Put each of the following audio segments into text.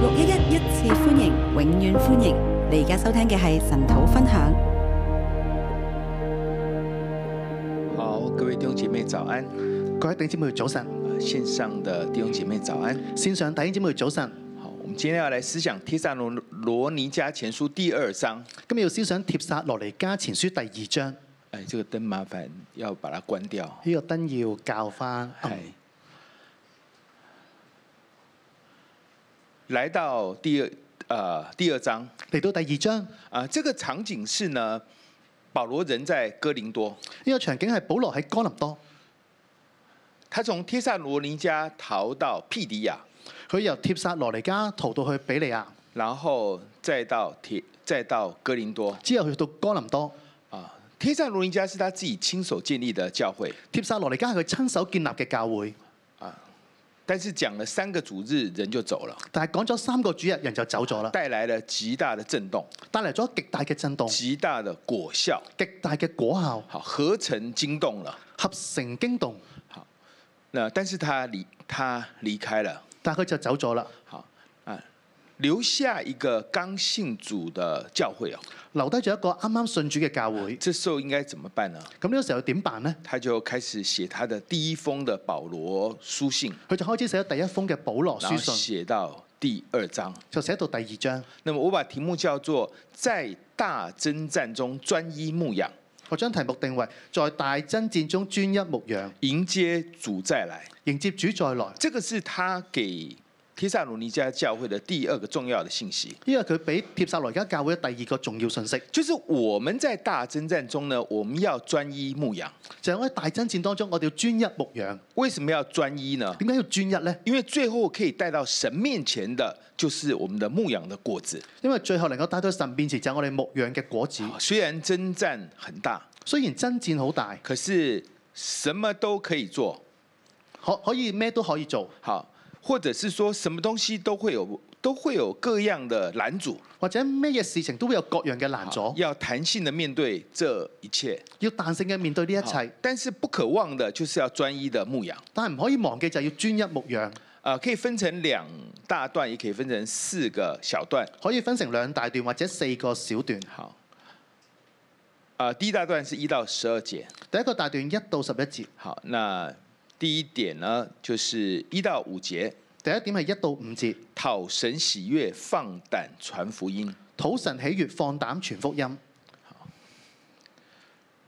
六一一一次歡迎，永遠歡迎！你而家收聽嘅係神土分享。好，各位弟兄姐妹早安，各位弟兄姊妹早晨，呃线上的弟兄姐妹早安。線上弟兄姊妹早晨。好，我们今天要来思想《帖撒罗罗尼迦前书》第二章。今日要思想帖撒羅尼加前書第二章，呢、哎，这个灯麻烦要把它关掉。個燈要教翻。哎，嗯来到第二呃第二章嚟到第二章，呢、啊、这个场景是呢，保罗人在哥林多，個場景係保羅喺哥林多，他从帖撒罗尼迦逃到庇迪亚，佢由帖撒羅尼加逃到去比利亞，然后再到帖再到哥林多。之後去到哥林多。啊，帖撒罗尼迦是他自己亲手建立的教会帖撒羅尼加係佢親手建立嘅教會，啊，但是讲了三个主日，人就走了，但係講咗三個主日，人就走咗啦，带来了极大的震动，帶嚟咗極大嘅震動、极大的果效，極大嘅果效，好，合成惊动了。合成驚動。那但是他离他离开了，但係佢就走咗啦，好啊，留下一个刚信主的教会哦。留低咗一個啱啱信主嘅教會。这时候应该怎么办呢？咁呢個時候點辦呢？他就开始写他的第一封的保羅书信，佢就開始寫咗第一封嘅保羅然后書信。写到第二章。就寫到第二章，那么我把题目叫做“在大征战中专一牧养，我將題目定為在大爭戰中專一牧羊，迎接主再来迎接主再來。”。这个是他给帖撒罗尼迦教会的第二个重要的信息，呢個係佢俾帖撒羅加教會嘅第二個重要信息，就是我们在大征战中呢，我们要专一牧养。就係、我喺大爭戰當中，我哋要專一牧羊。为什么要专一呢？點解要專一呢？因为最后可以带到神面前的，就是我们的牧养的果子。因為最後能夠帶到神面前就係我哋牧羊嘅果子。啊虽然征战很大，雖然爭戰好大，可是什么都可以做，可可以咩都可以做，好，或者是说什么东西都会有，都会有各样的拦阻。或者咩嘢事情都會有各樣嘅難好阻，要弹性的面对这一切，要彈性嘅面對呢一好切。但是不可忘的就是要专一的牧养。但係唔可以忘記就係要專一牧羊，呃，可以分成两大段，也可以分成四个小段。可以分成兩大段或者四個小段。好，呃，第一大段是一到十二节。第一個大段一到十一節。好，那第一点呢，就是一到五节，第一點係一到五節，讨神喜悦，放胆传福音。土神喜悦，放膽傳福音。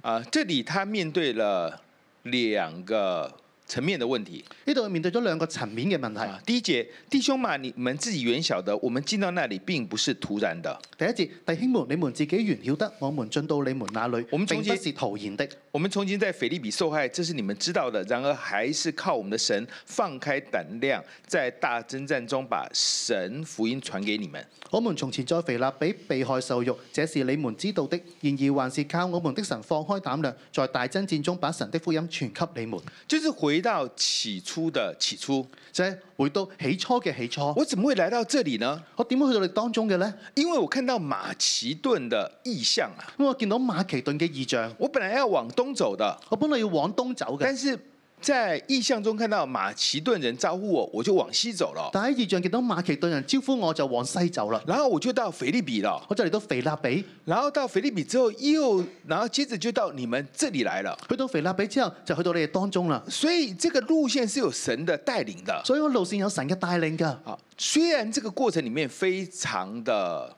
啊、这里他面对了两个层面的问题。呢度面對咗兩個層面嘅問題。啊，第一节，弟兄嘛，你们自己原晓得，我们进到那里并不是突然的，第一節，弟兄們，你們自己原曉得，我們進到你們那裏，我們並從前不是徒然的。我们从前在腓利比受害，这是你们知道的。然而还是靠我们的神放开胆量，在大征战中把神福音传给你们。我們從前在肥立比被害受辱，這是你們知道的。然而還是靠我們的神放開膽量，在大爭戰中把神的福音傳給你們。就是回到起初的起初，就係回到起初嘅起初，我怎麼會來到這裡呢？我點會去到你當中嘅呢？因為我看到馬其頓的意象啊，因為我見到馬其頓嘅異象，我本來要往東走的，我本來要往東走嘅，但是在意象中看到馬其頓人招呼我，我就往西走了，但喺異象見到馬其頓人招呼我，就往西走啦。然後我就到腓利比了，我就嚟到肥立比。然後到腓利比之後又，然後接着就到你們這裡來了。去到肥立比之後，就去到你哋當中啦。所以這個路線是有神的帶領的。所以個路線有神嘅帶領㗎。啊，雖然這個過程裡面非常的，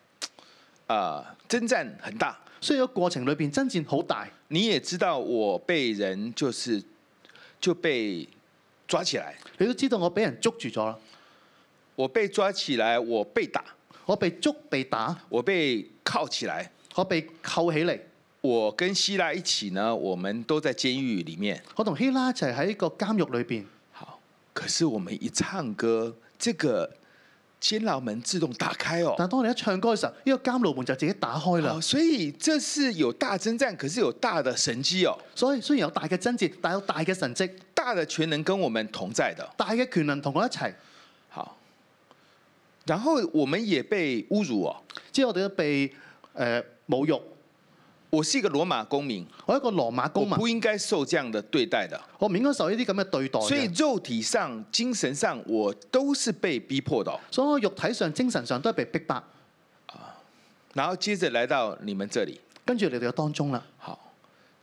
呃，征戰很大，所以個過程裏邊爭戰好大。你也知道我被人就是就被抓起來，你都知道我俾人捉住咗啦，我被抓起來，我被打，我被捉、被打、我被铐起來，我被扣起嚟。我跟希拉一起呢，我們都在監獄裡面。我同希拉一齊喺個監獄裏邊。好，可是我們一唱歌，這個監牢門自動打開哦。但當你一唱歌嘅時候，呢、個監牢門就自己打開啦好，。所以這是有大征戰，可是有大的神蹟哦，所以雖然有大嘅爭戰，但有大嘅神跡，大的全能跟我們同在的。大嘅權能同我一齊。好，然後我們也被侮辱哦。之後我哋都被誒、呃侮辱，我是一个罗马公民，我一個羅馬我公民，不应该受這樣的對待的。我唔應該受呢啲咁嘅對待所以嘅。肉體上、精神上，我都是被逼迫的哦、啊所以我肉體上、精神上都係被逼迫。然后接着來到你們這裡，跟住你哋嘅當中啦，好，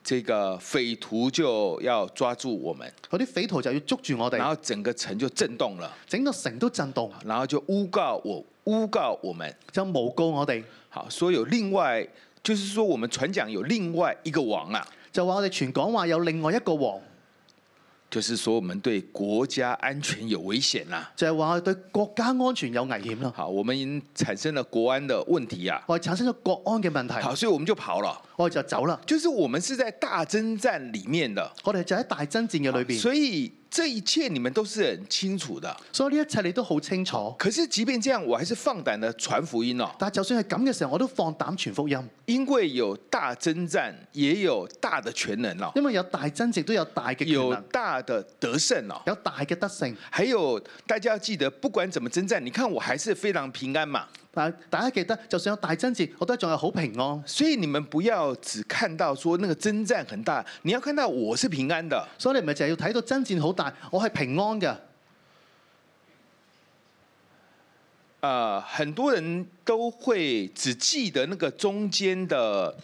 這個匪徒就要抓住我們，嗰啲匪徒就要捉住我然哋，後整個城就震動了，整個城都震動，然後就诬告我，诬告我們。就诬告我哋，好，所以有另外，就是說我們傳講有另外一個王啊，就話我哋全港話有另外一個王，就是說我們對國家安全有危險啦、就係話我哋對國家安全有危險啦，好，我們產生了國安的問題啊。我哋產生咗國安嘅問題，好，所以我們就跑了。我哋就走啦。就是我們是在大征戰裡面的，我哋就喺大爭戰嘅裏邊，所以這一切你們都是很清楚的。所以呢一切你都好清楚。可是即便這樣，我還是放膽的傳福音哦，但係就算係咁嘅時候，我都放膽傳福音，因為有大征戰，也有大的全能哦，因為有大爭戰都有大嘅權有能，大的得勝哦。有大嘅德性。還有大家要記得，不管怎麼征戰，你看我還是非常平安嘛。但係大家記得，就算有大爭戰，我都仲係好平安。所以你們不要只看到說那個征戰很大，你要看到我是平安的。所以你咪就係要睇到爭戰好大，我係平安嘅。呃，很多人都會只記得那個中間的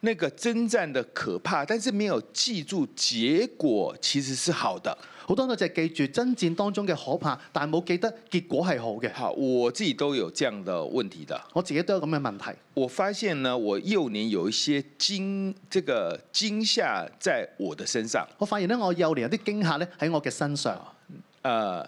那個征戰的可怕，但是沒有記住結果其實是好的。好多人就係記住爭戰當中嘅可怕，但係冇記得結果係好嘅。好，我自己都有這樣的問題的。我自己都有咁嘅問題。我發現呢，我幼年有一些驚這個驚嚇在我的身上，我發現咧，我幼年有啲驚嚇咧喺我嘅身上。呃。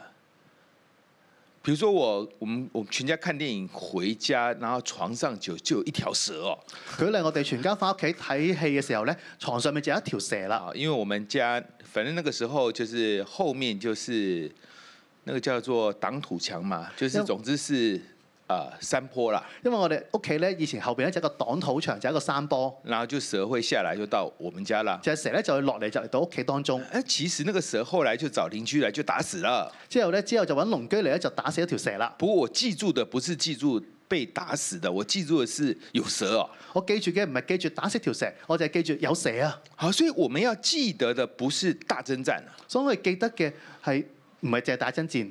比如說我我們我們全家看電影回家，然後床上就就有一條蛇哦，舉例，我哋全家翻屋企睇戲嘅時候咧，床上面就有一條蛇啦。啊，因为我们家反正那个时候就是后面就是那个叫做挡土墙嘛，就是那总之是呃山坡啦，因為我哋屋企咧以前後邊咧就有一個擋土牆，就有一個山坡，然后就蛇會下來就到我們家啦。就係蛇咧就會落嚟就嚟到屋企當中。哎，其實那個蛇後來就找鄰居來就打死了。之後咧，之後就揾鄰居嚟咧就打死一條蛇啦。不過我記住的不是記住被打死的，我記住的是有蛇哦。我記住嘅唔係記住打死條蛇，我就係記住有蛇啊。好，所以我們要記得的不是大征啊戰，所以我哋記得嘅係唔係淨係打真戰，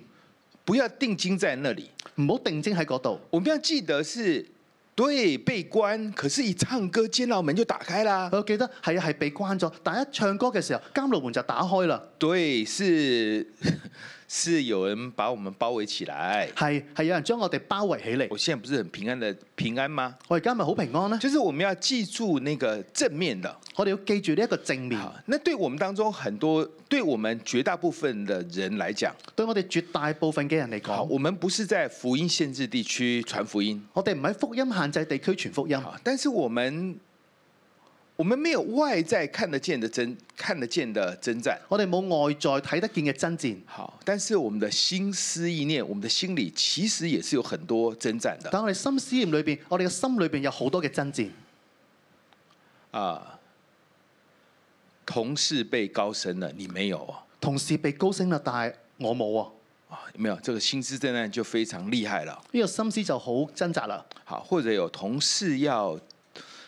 不要定睛在那裡，唔好定睛喺嗰度。我們要記得是對被關，可是一唱歌監牢門就打開啦。我記得係係被關咗，但一唱歌嘅時候，監牢門就打開啦。对，是 是有人把我们包圍起來。係係有人將我哋包圍起嚟我。現在不是很平安的平安嗎？我而家咪好平安咧，就是我們要記住那個正面的。我哋要記住呢一個正面。好，那對我們當中很多，對我們絕大部分的人來講，對我哋絕大部分嘅人嚟好，講，我們不是在福音限制地區傳福音，我哋唔喺福音限制地區傳福音，好，但是我們我們沒有外在看得見的征看得見的征戰。我哋冇外在睇得見嘅真戰。好，但是我們的心思意念，我們的心裡其實也是有很多征戰的。但我哋心思念裏邊，我哋嘅心裏邊有好多嘅真戰。啊，同事被高升了，你沒有哦同事被高升啦，但係我冇喎。啊？有没有，这个心思正案就非常厲害了。呢個心思就好掙扎啦，好，或者有同事要，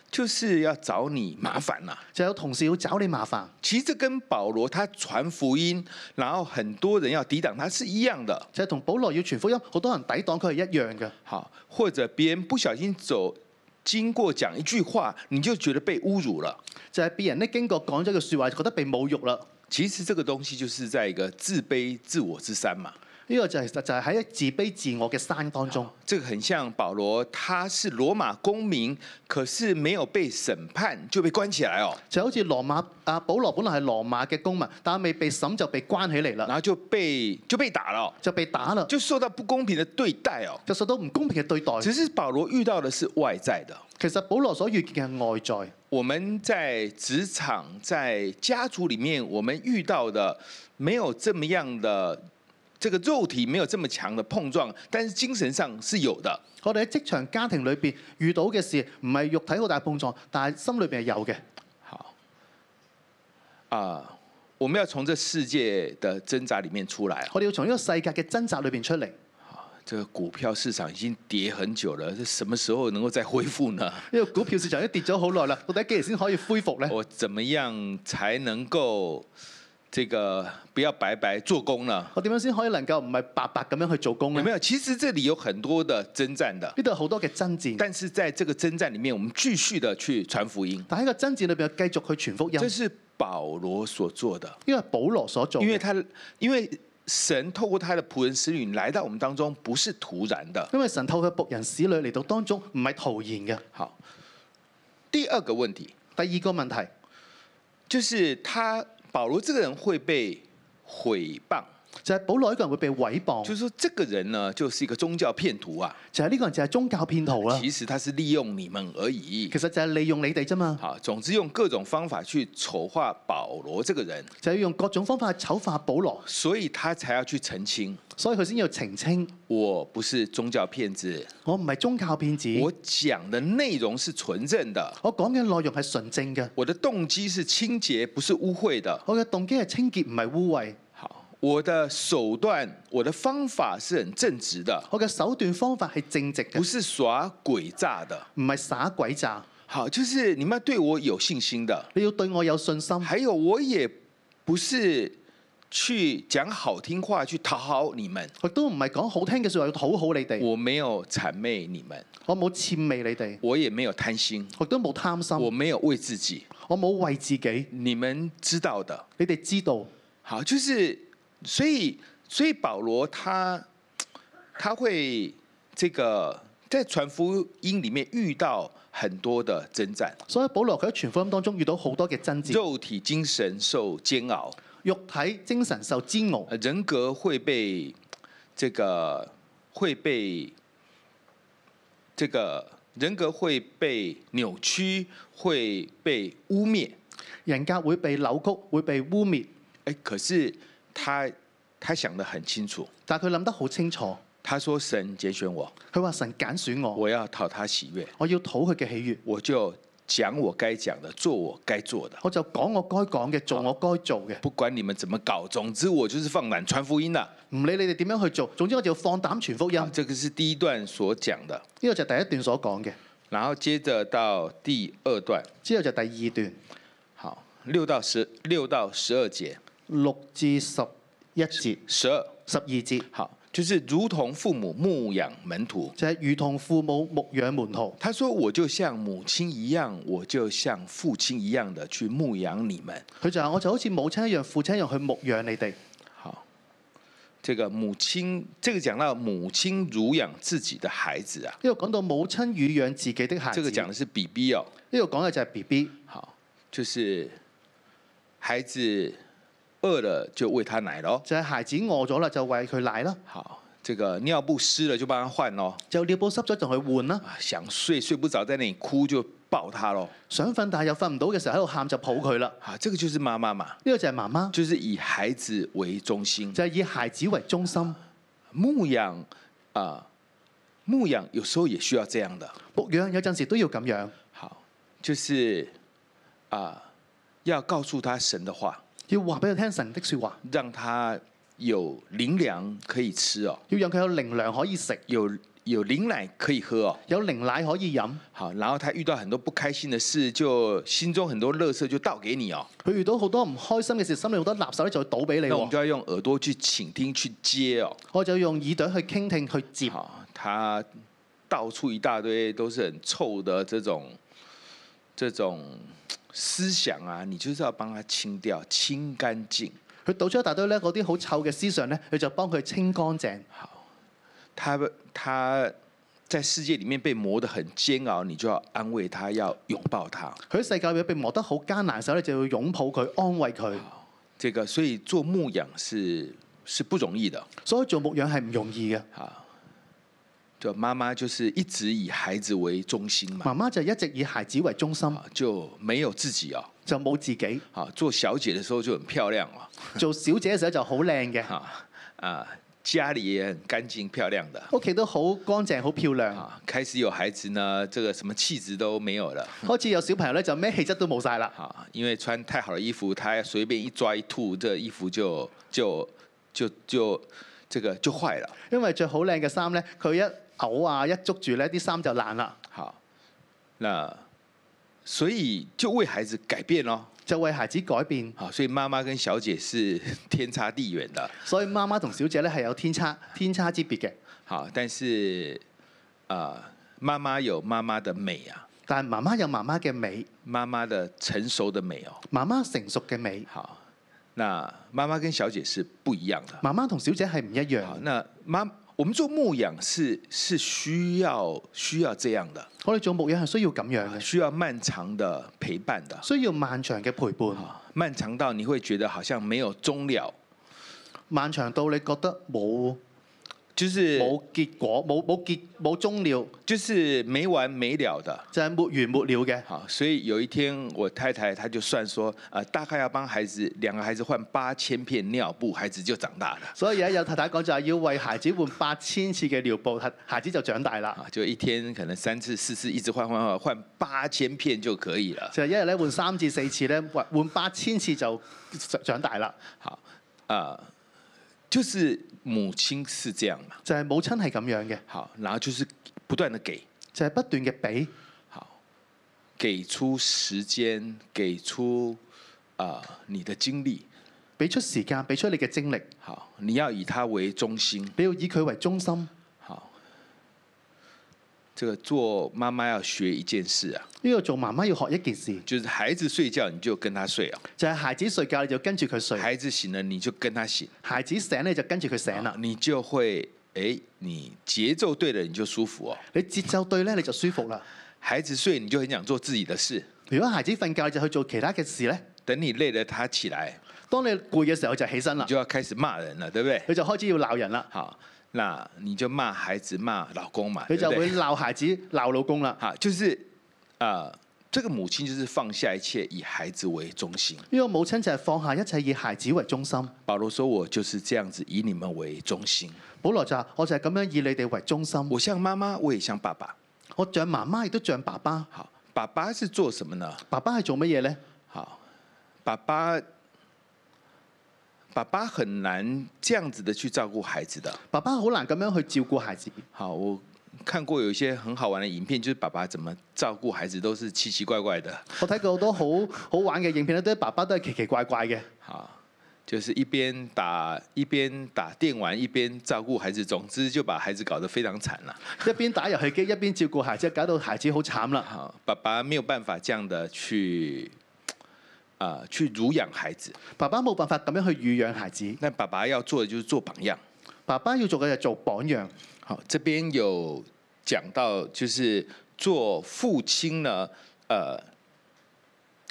就是要找你麻煩啦、就有同事要找你麻煩。其實這跟保羅他傳福音，然後很多人要抵擋他是一樣的。就係同保羅要傳福音，好多人抵擋佢係一樣嘅。好，或者別人不小心走經過講一句話，你就覺得被侮辱了。就係、別人咧經過講咗句説話，就覺得被侮辱啦。其實這個東西就是在一個自卑自我之山嘛。呢、個就係、就係喺自卑自我嘅山當中。啊这个很像保罗，他是罗马公民，可是没有被审判就被关起来哦，就好似羅馬啊，保羅本來係羅馬嘅公民，但係未被審就被關起嚟然啦，后就被就被打了哦，就被打啦，就受到不公平的对待哦。就受到唔公平嘅對待。只是保罗遇到的是外在的，其實保羅所遇見嘅係外在，我们在职场、在家族里面，我们遇到的没有这么样的这个肉体没有这么强的碰撞，但是精神上是有的。我哋喺職場、家庭裏邊遇到嘅事，唔係肉體好大碰撞，但係心裏邊係有嘅。好，啊、我们要从这世界的挣扎里面出来哦。我哋要從呢個世界嘅掙扎裏邊出嚟。哦这个股票市场已经跌很久了，这什么时候能够再恢复呢？呢個股票市場已經跌咗好耐啦，到底幾時先可以恢復呢？我怎么样才能够这个不要白白做工呢？我點樣先可以能夠唔係白白咁樣去做工有呢？没有？其实这里有很多的征战的，呢度有好多嘅爭戰，但是在这个征戰里面，我们繼續的去傳福音，但喺個爭戰裏邊繼續去傳福音，这是保羅所做的，呢個係保羅所做因為嘅，他因為神透過他的仆人使女來到我們當中，不是突然的。因為神透過僕人使女嚟到當中唔係徒然好，第二個問題嘅。第二個問題就是他保羅這個人會被毀謗，就係、保羅一個人會被毀謗，就是說這個人呢，就是一個宗教騙徒啊，就係、呢個人就係宗教騙徒啦。其實他是利用你們而已其。實就係利用你哋啫嘛，好，總之用各種方法去醜化保羅這個人，就係用各種方法去醜化保羅，所以他才要去澄清。所以佢先要澄清，我不是宗教騙子，我唔係宗教騙我子，講的內容是純正的，我講嘅內容係純正嘅，我的動機是清潔，不是污穢的。我嘅動機係清潔唔係污穢，好，我的手段、我的方法是很正直的，我嘅手段方法係正直嘅不，是耍詭詐的。唔係耍鬼詐。好，就是你們要對我有信心的。你要對我有信心，還有，我也不是去講好聽話去討好你們，亦都唔係講好聽嘅説話要討好你哋，我沒有谄媚你們，我冇諂媚你哋，我也沒有貪心，亦都冇貪我心，沒有為自己，我冇為自己，你們知道的。你哋知道。好，就是所以所以保罗他他会这个在传福音里面遇到很多的征战，所以保羅佢喺傳福音當中遇到好多嘅爭戰，肉体精神受煎熬，肉體精神受煎熬，呃人格会被这个会被这个人格会被扭曲，会被污蔑。人格會被扭曲，會被污蔑。哎，可是他他想得很清楚，但係佢諗得好清楚，他说神拣选我，佢話神揀選我，我要讨他喜悦。我要討佢嘅喜悅，我就讲我该讲的，做我该做的，啊我就講我該講嘅，做我該做嘅，不管你们怎么搞，总之我就是放胆传福音了。唔理你哋點樣去做。總之我就要放膽傳福音。啊呢这个是第一段所讲的，個就係第一段所講嘅，然後接着到第二段，之後就第二段好，六到十六到十二节，六至十一節、十二十二節。好，就是如同父母牧养门徒。就係如同父母牧養門徒。他说：“我就像母亲一样，我就像父亲一样的去牧养你们。佢就話：我就好似母親一樣、父親一樣去牧養你哋。”好，这个母亲，这个讲到母亲乳养自己的孩子啊，呢度講到母親乳養自己的孩这子，个讲呢的是 B B 哦。度講嘅就係 B B，好，就是孩子饿了就喂他奶咯。就係孩子餓咗啦，就餵佢奶啦，好，这个尿布湿了就帮他换咯。就尿布濕咗就去換啦。啊想睡睡不着，在那里哭就抱他咯。想瞓但係又瞓唔到嘅時候喺度喊就抱佢啦。啊，这个就是妈妈嘛，呢個就係媽媽，就是以孩子为中心就係以孩子為中心牧养啊、牧养有时候也需要这样的。牧養，有陣時都要咁樣，好，就是啊、要告诉他神的话，要話俾佢聽神的説話，让他有灵粮可以吃哦，要讓佢有靈糧可以食，有有灵奶可以喝哦。有靈奶可以飲。好，然后他遇到很多不开心的事，就心中很多乐色就倒给你哦。佢遇到好多唔開心嘅事，心裏好多垃圾咧就會倒俾你那我们喎。就要用耳朵去倾听、去接哦。我就用耳朵去傾聽去接。好，他到处一大堆都是很臭的这种这种思想啊，你就是要帮他清掉、清干净。佢倒咗一大堆咧，嗰啲好臭嘅思想咧，佢就幫佢清乾淨。他他在世界里面被磨得很煎熬，你就要安慰他，要拥抱他。佢喺世界裏被磨得好艱難嘅時候咧，就要擁抱佢、安慰佢。这个，所以做牧养是是不容易的。所以做牧養係唔容易嘅。好，就妈妈就是一直以孩子为中心嘛，媽媽就一直以孩子為中心，啊就没有自己哦。就冇自己。好，做小姐的时候就很漂亮哦， 做小姐嘅時候就好靚嘅，啊啊，家里也很干净漂亮的。屋企都好乾淨、好漂亮。啊，开始有孩子呢，这个什么气质都没有了。開始有小朋友咧，就咩氣質都冇晒啦。啊，因为穿太好的衣服，他随便一抓一吐，这衣服就就就就这个就坏了。因為着好靚嘅衫咧，佢一嘔啊一捉住咧，啲衫就爛啦，好，那所以就为孩子改变咯。就為孩子改變。好，所以妈妈跟小姐是天差地远的。所以媽媽同小姐咧係有天差天差之別嘅，好，但是啊、呃妈妈有妈妈的美啊，但係媽媽有媽媽嘅美，妈妈的成熟的美哦。媽媽成熟嘅美，好，那妈妈跟小姐是不一样的。媽媽同小姐係唔一好，樣。那妈，我们做牧养是是需要需要这样的，啊我哋做牧養係需要咁樣嘅，需要漫长的陪伴的，需要漫長嘅陪伴，啊漫长到你会觉得好像没有终了，漫長到你覺得冇就是冇結果，冇冇結冇終了，就是沒完沒了的。就係、沒完沒了嘅。好，所以有一天我太太她就算说，呃，大概要帮孩子两个孩子换八千片尿布，孩子就長大了。所以有一有太太講就係要為孩子換八千次嘅尿布，孩孩子就長大啦。啊，就一天可能三次四次，一直换换换换八千片就可以了。就係一日咧換三至四次咧，換換八千次就長長大啦。好，啊、就是母親是這樣嘛。就係、母親係咁樣嘅，好，然後就是不斷的給，就係、不斷嘅俾，好，給出時間，給出啊、你的精力，俾出時間，俾出你嘅精力，好，你要以他為中心。你要以佢為中心。呢、好，这个做妈妈要学一件事啊，個做媽媽要學一件事，就是孩子睡覺你就跟他睡啊，就係、孩子睡覺你就跟住佢睡，孩子醒了你就跟他醒，孩子醒你就跟住佢醒啊啦。你就会哎，你節奏對了你就舒服哦，你節奏對咧你就舒服啦。孩子睡你就很想做自己的事，如果孩子瞓覺你就去做其他嘅事咧，等你累了他起來，當你攰嘅時候就起身你啦，就要開始罵人了，對不對？佢就開始要鬧人啦，好，那你就罵孩子罵老公嘛，佢對就不會對？鬧孩子鬧老公啦。好，就是呃，這個母親就是放下一切，以孩子為中心。呢、個母親就係放下一切以孩子為中心。保羅說：“我就是這樣子，以你們為中心。”保羅就話：我就係咁樣以你哋為中心，我像妈妈，我也像爸爸。我像媽媽亦都像爸爸。好，爸爸是做什么呢？爸爸係做乜嘢呢？好，爸爸，爸爸很难这样子的去照顾孩子的。爸爸好難咁樣去照顧孩子。好，我看过有一些很好玩的影片，就是爸爸怎么照顾孩子，都是奇奇怪怪的。我睇過好多好好玩嘅影片咧，啲爸爸都係奇奇怪怪嘅，好，就是一边打一边打电玩，一边照顾孩子，总之就把孩子搞得非常惨了。一邊打遊戲機一邊照顧孩子，搞到孩子好慘啦。好，爸爸没有办法这样的去。啊、去乳养孩子，爸爸冇辦法咁樣去乳養孩子，那爸爸要做的就是做榜样。爸爸要做嘅就做榜樣。好，这边有讲到，就是做父亲呢，呃，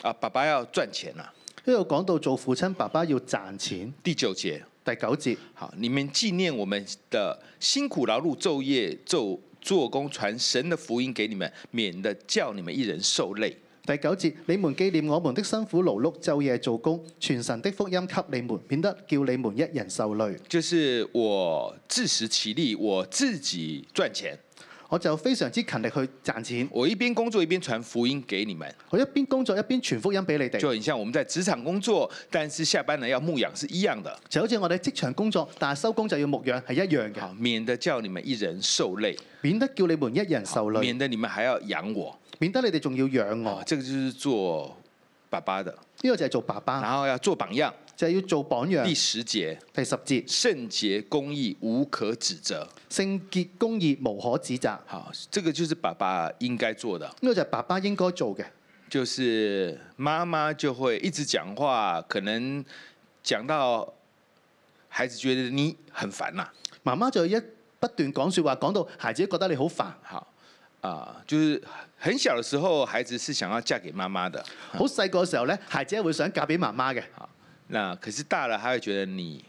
啊，爸爸要赚钱了、呢度講到做父親，爸爸要賺錢。第九节，第九節，好，你们纪念我们的辛苦劳碌，昼夜昼做工，传神的福音给你们，免得叫你们一人受累。第九節，你們紀念我們的辛苦勞碌，晝夜做工，傳神的福音給你們，免得叫你們一人受累。就是我自食其力，我自己赚钱，我就非常之勤力去賺錢，我一边工作一边传福音给你们，我一邊工作一邊傳福音俾你哋，就很像我们在职场工作，但是下班了要牧养是一样的。就好似我哋職場工作，但係收工就要牧養係一樣嘅好，，免得叫你们一人受累。免得叫你們一人受累免，得你们还要养我。免得你哋仲要養我哦，。这个就是做爸爸的，呢個就係做爸爸，然后要做榜样。就係要做榜第樣。十節，第十節，圣洁、公义，无可指責。聖潔公義無可指責，呢好，這個就是爸爸應該做的，個就係爸爸應該做嘅。就是媽媽就會一直講話，可能講到孩子覺得你很煩啦、媽媽就一不斷講説話，講到孩子覺得你好煩。好。啊、就是很小的時候，孩子是想要嫁給媽媽的，好細個嘅時候咧，孩子係會想嫁俾媽媽嘅，那可是大了，他會覺得你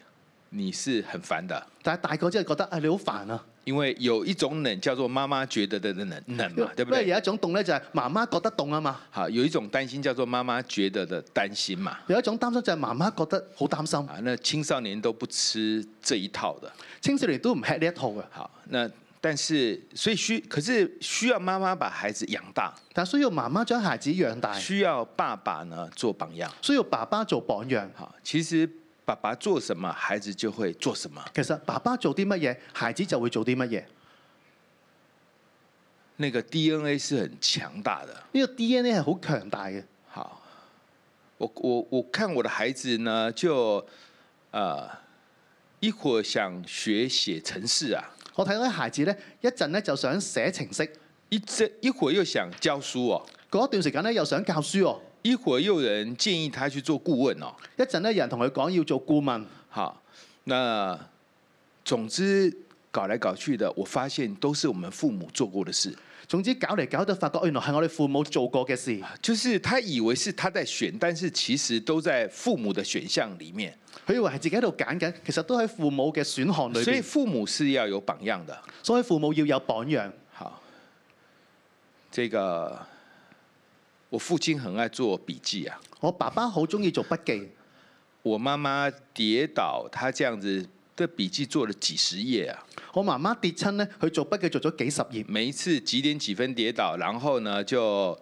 你是很煩的。但係大個之後覺得啊、你好煩啊，因为有一种冷叫做妈妈覺得的冷冷嘛，對因不為對？有一種凍咧就係媽媽覺得凍啊嘛，好，有一種擔心叫做媽媽覺得的擔心嘛。有一種擔心就係媽媽覺得好擔心。啊，那青少年都不吃這一套的。青少年都唔吃呢一套嘅，好，那但是所以需可是需要媽媽把孩子養大，但需要媽媽將孩子養大，需要爸爸呢做榜樣。需要爸爸做榜樣。好，其實。爸爸做什么，孩子就会做什么。其實爸爸做啲乜嘢，孩子就會做啲乜嘢。那个 DNA 是很强大的。呢、個 DNA 係好強大嘅。好，我我我看我的孩子呢，就呃一会儿想学写程式啊，我睇到啲孩子呢，一陣呢就想寫程式，一这一会儿又想教書哦，嗰一段時間呢又想教書哦，一会儿又有人建议他去做顾问哦。一陣呢有人同佢講要做顧問。好，那总之搞来搞去的，我发现都是我们父母做过的事，總之搞嚟搞去，發覺原來係我哋父母做過嘅事。就是他以为是他在选，但是其实都在父母的选项里面。佢以為係自己喺度揀緊，其實都喺父母嘅選項裏所以邊。父母是要有榜样的。所以父母要有榜樣。好，这个我父亲很爱做笔记啊，我爸爸好中意做筆記，我妈妈跌倒，她这样子的笔记做了几十页啊，我媽媽跌親呢，佢做筆記做咗幾十頁。每一次几点几分跌倒，然后呢就。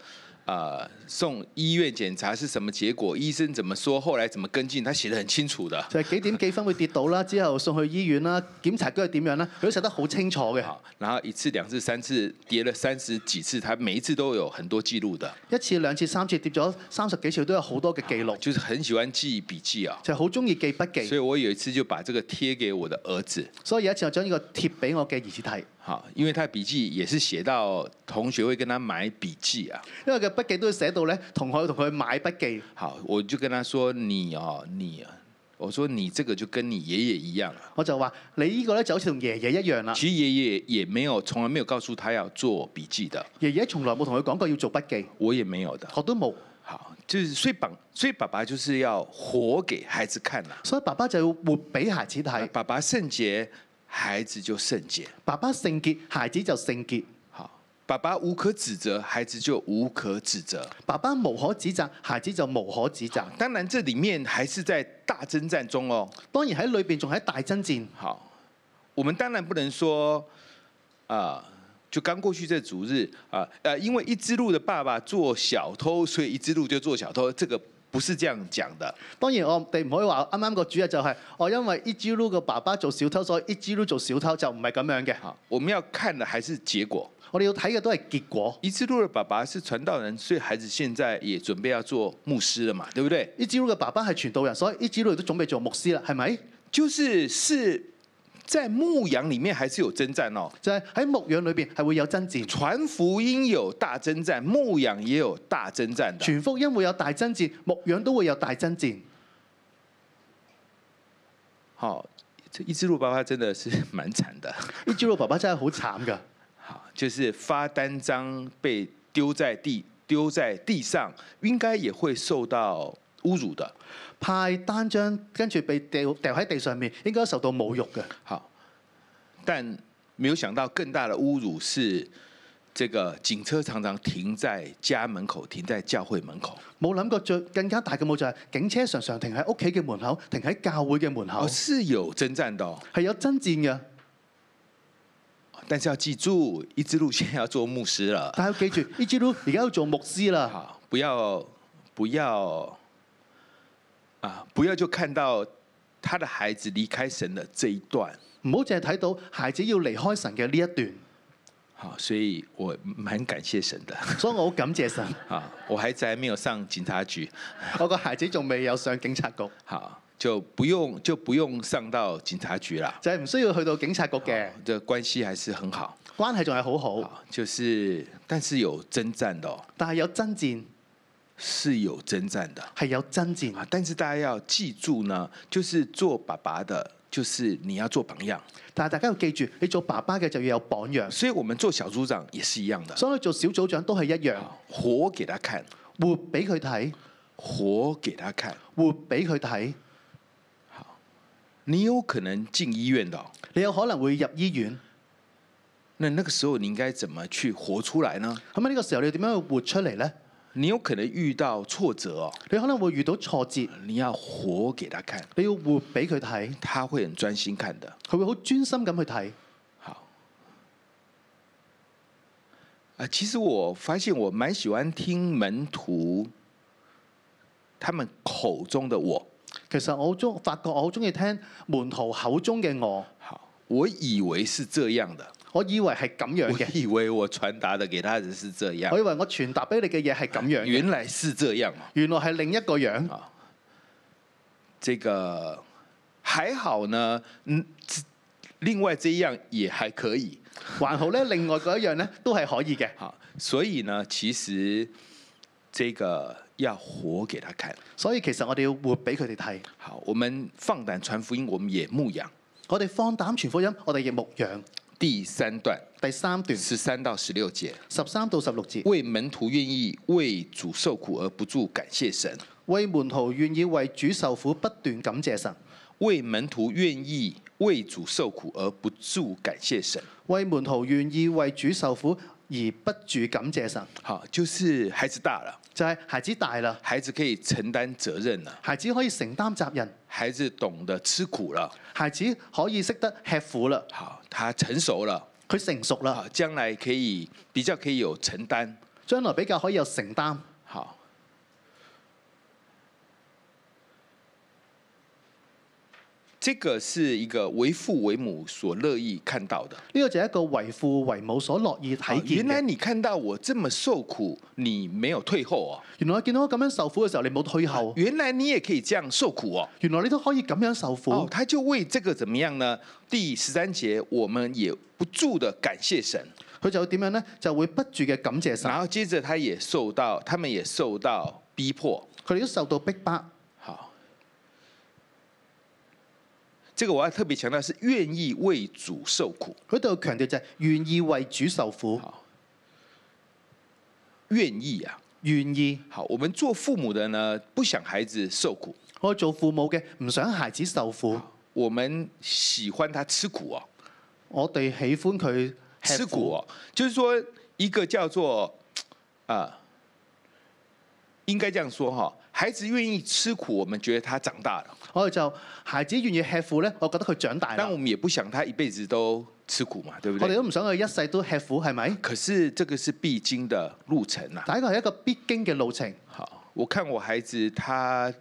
呃，送医院检查是什么结果？医生怎么说？后来怎么跟进？她写的很清楚的。就係幾點幾分會跌倒啦，之後送去醫院啦，檢查嗰日點樣啦，佢都寫得好清楚嘅。好，然后一次、两次、三次，跌了三十几次，她每一次都有很多记录的，一次、兩次、三次跌咗三十幾次，都有好多嘅記錄，就是很喜欢记笔记啊。就係好中意記筆所以記。我有一次就把这个贴给我的儿子，所以有一次我將呢個貼俾我嘅兒子睇，好，因为他的笔记也是写到同学会跟他买笔记啊。因為佢筆記都要寫到咧，同學同佢買筆記。好，我就跟他说：“你哦，你啊，我说你这个就跟你爷爷一样啊。我就話你呢個咧就好似同爺爺一樣啦，其实爷爷也没有，從來沒有告訴他要做筆記的，爺爺從來冇同佢講過要做筆記，我也沒有的。我都冇。好，就是所以爸，所以爸爸就是要活給孩子看啦、啊所以爸爸就要活俾孩子睇，爸爸聖潔，孩子就聖潔。爸爸聖潔，孩子就聖潔；好，爸爸無可指責，孩子就無可指責。爸爸無可指責，孩子就無可指責。當然，這裡面還是在大征戰中哦。當然喺裏邊仲喺大爭戰。好，我们当然不能说啊、就刚过去这主日啊，呃，因为一只鹿的爸爸做小偷，所以一只鹿就做小偷，这个不是这样讲的。當然我哋唔可以話啱啱個主日就係、我因為 Ijilu 個爸爸做小偷，所以 Ijilu 做小偷就唔係咁樣嘅。好，啊我们要看的还是结果。我哋要睇嘅都係結果。一只鹿的爸爸是传道人，所以孩子现在也准备要做牧师了嘛，对不对？ Ijilu 嘅爸爸係傳道人，所以 Ijilu 都準備做牧師啦，係咪？就是是在牧羊里面还是有征战哦。就係、喺牧養裏邊係會有爭戰，传福音有大征战，牧羊也有大征战的。傳福音會有大爭戰，牧養都會有大爭戰。好，这一只鹿爸爸真的是蛮惨的。 Ijilu 爸爸真係好慘㗎，好，就是发单张被丢在地丢在地上，应该也会受到侮辱的。派單張跟住被掉掉喺地上面，應該受到侮辱嘅。好，但没有想到更大的侮辱是这个警车常常停在家门口，停在教会门口。冇諗過最更加大嘅冇就係警車常常停喺屋企嘅門口，停喺教會嘅門口哦，，是有征战的、哦，係有爭戰嘅。但是要记住，一只鹿现在要做牧师了。但係要記住 i j i 而家要做牧師啦，好，不要不要啊，不要就看到他的孩子离开神的这一段。唔好淨係睇到孩子要離開神嘅呢一段，好，所以我蛮感谢神的 所以我好感謝神。啊！我孩子还没有上警察局， 我個孩子仲未有上警察局，好就不用就不用上到警察局啦。就係、唔需要去到警察局嘅，这关系还是很好，關係仲係好好，好就是但是有征战的、哦，但係有爭戰是有征战的係有爭戰，啊！但是大家要记住呢，就是做爸爸的，就是你要做榜样。但係大家要記住，你做爸爸嘅就要有榜樣，所以我们做小组长也是一样的，啊所以做小組長都係一樣，活给他看，活俾佢睇，活给他看。活俾佢睇。你有可能进医院的哦、你有可能會入醫院，那那个时候你应该怎么去活出来呢？咁喺呢個時候你要點樣去活出嚟呢？你有可能遇到挫折哦，你可能會遇到挫折，你要活给他看，你要活俾佢睇，他会很专心看的。佢會好專心咁去睇。好，啊，其实我发现我蛮喜欢听门徒他们口中的我，其實我好中發覺我好中意聽門徒口中嘅我，好，我以為是這樣的，我以為係咁樣我嘅，以為我傳達的給他人是這樣我，以為我傳達俾你嘅嘢係咁樣嘅，原來是這樣哦。原來係另一個樣。啊，这个还好呢，嗯，这另外这一樣也還可以。還好咧，另外嗰一樣咧都係可以嘅。好，所以呢，其實这個要活給他看。所以其實我哋要活俾佢哋睇，好，我們放膽傳福音，我們也牧養。我哋放膽傳福音，我哋亦牧養。第三段第三段十三到十六節，十三到十六節，为门徒愿意为主受苦而不住感谢神，為門徒願意為主受苦，不斷感謝神；为门徒愿意为主受苦而不住感谢神。為門徒願意為主受苦而不住感謝神，好，就是孩子大了，就係、孩子大啦，孩子可以承擔責任了，孩子可以承擔責任，孩子懂得吃苦了，孩子可以識得吃苦啦，好，他成熟了，佢成熟啦，好，将来可以比较可以有承担，將來比較可以有承擔。好。这个是一个为父为母所樂意看到的。啊呢個就係一個為父為母所樂意睇見原來嘅。你看到我這麼受苦，你沒有退後哦。啊原來我見到我咁樣受苦嘅時候，你冇退後。原來你也可以這樣受苦哦。原來你都可以咁樣受苦。哦，他就為這個怎麼樣呢？第十三節，我們也不住的感謝神，佢就會點樣呢？就會不住嘅感謝神然。後接着他也受到，他們也受到逼迫。佢哋都受到逼迫。好，這個我要特別強調是願意為主受苦，佢度強調就係願意為主受苦，好，願意啊。願意。好，我們做父母的呢，不想孩子受苦，我做父母嘅唔想孩子受苦，我們喜歡他吃苦哦。我哋喜歡佢吃吃苦苦。哦，就是说一个叫做啊、应该这样说哈、孩子愿意吃苦，我们觉得他长大了，我哋哦就孩子願意吃苦呢，我覺得佢長大啦但我。们也不想他一辈子都吃苦嘛，对不我哋对？都唔想佢一世都吃苦，係咪？可是这个是必经的路程呐、但係一個係一個必經嘅路程。好，我看我孩子他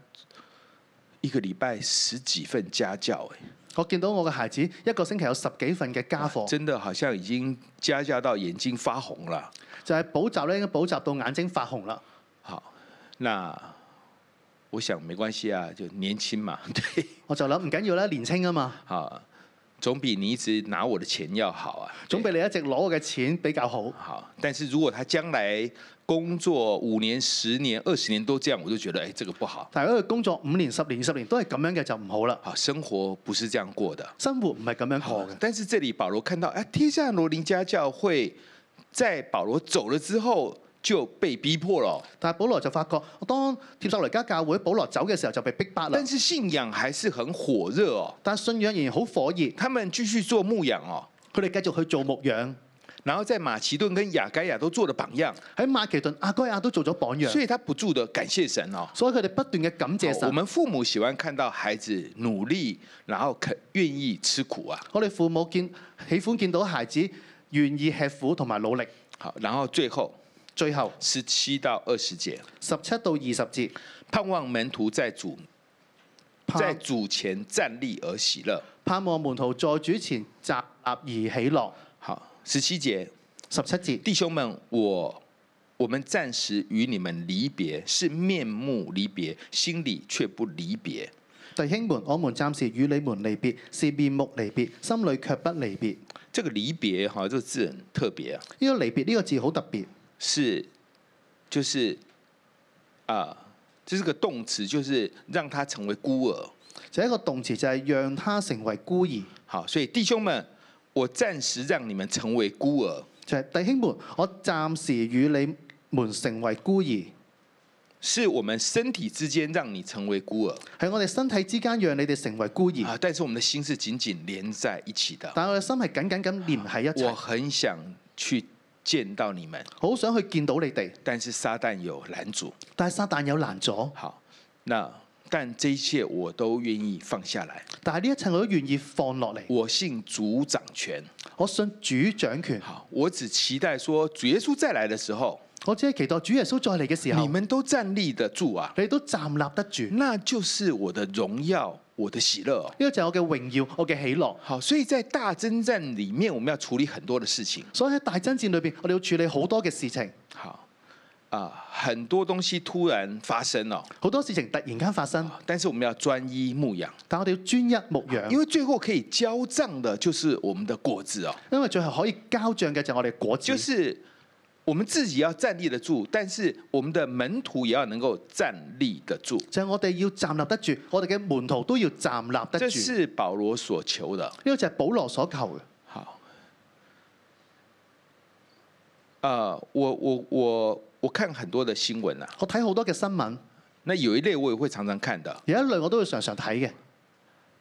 一个礼拜十几份家教、哎，我見到我嘅孩子一個星期有十幾份嘅家課，真的好像已经家教到眼睛发红了。就係補習呢，已經補習到眼睛發紅啦。好，那我想没关系啊，就年轻嘛， 对。我就諗唔緊要啦，年青啊嘛，啊，总比你一直拿我的钱要好啊。總比你一直攞我嘅錢比較好。好，但是如果他将来工作五年、十年、二十年都这样，我就觉得哎、这个不好。但係如果佢工作五年、十年、二十年都係咁樣嘅，就唔好啦。好，生活不是这样过的。生活唔係咁樣過好嘅，。但是这里保罗看到，哎、天下罗林家教会在保罗走了之后就被逼迫了，但係保羅就發覺，當帖撒羅尼加教會保羅走嘅時候就被逼迫啦但。是信仰还是很火热哦。但信仰仍然好火熱，他们继续做牧养哦，佢哋繼續去做牧養，然后在马其顿跟雅该亚都做了榜样，喺馬其頓、阿該亞都做咗榜所樣，以他不住的感谢神哦。所以佢哋不斷嘅感謝好我神。们父母喜欢看到孩子努力，然后肯愿意吃苦啊，我哋父母見喜歡見到孩子願意吃苦同埋努力。好，然后最后最後十七到二十节，十七到二十節，盼望门徒在主在盼主前站立而喜乐。盼望門徒在主前集立而喜樂。好，十七节，十七節，弟兄们，我我们暂时与你们离别，是面目离别，心里却不离别。弟兄們，我們暫時與你們離別，是面目離別，心裏卻不離別。这个离别哈，这个字很特别啊，呢、個離別呢、個字好特別。是就是啊、这是个动词，就是让他成为孤儿。就一個動詞，就係讓他成為孤兒。好，所以弟兄们，我暂时让你们成为孤儿，就係、弟兄們，我暫時與你們成為孤兒，是我们身体之间让你成为孤儿係我哋身體之間讓你哋成為孤兒，啊，但是我们的心是緊緊連在一起的。但係我哋心係緊緊咁連喺一我齊，很想去見到你們，好想去見到你哋，但是撒旦有攔阻。但係撒旦有攔阻，好，那但这一切我都願意放下來。但係呢一切我都願意放落嚟。我信主掌權，我信主掌權，好，我只期待說主耶穌再來的時候，我只係期待主耶穌再嚟嘅時候你，们都站立得住啊，你都站立得住。呢、那就是我的荣耀，我的喜乐哦、個就係我嘅榮耀，我嘅喜樂。好，所以在大征战里面，我们要处理很多的事情。所以喺大爭戰裏邊，我哋要處理好多嘅事情，好，啊、很多东西突然发生了，好多事情突然間發生，但是我们要专一牧养，但我哋要專一牧養，因为最后可以交账的就是我们的果子哦，因為最後可以交帳嘅就係我哋果子就，是我们自己要站立得住，但是我们的门徒也要能够站立得住，就係我哋要站立得住，我哋嘅門徒都要站立得这住。是保罗所求的。呢個就係保羅所求嘅。好，呃，我我我我看很多的新闻啊，我睇好多嘅新聞，那有一类我也会常常看的啊、有一類我都會常常睇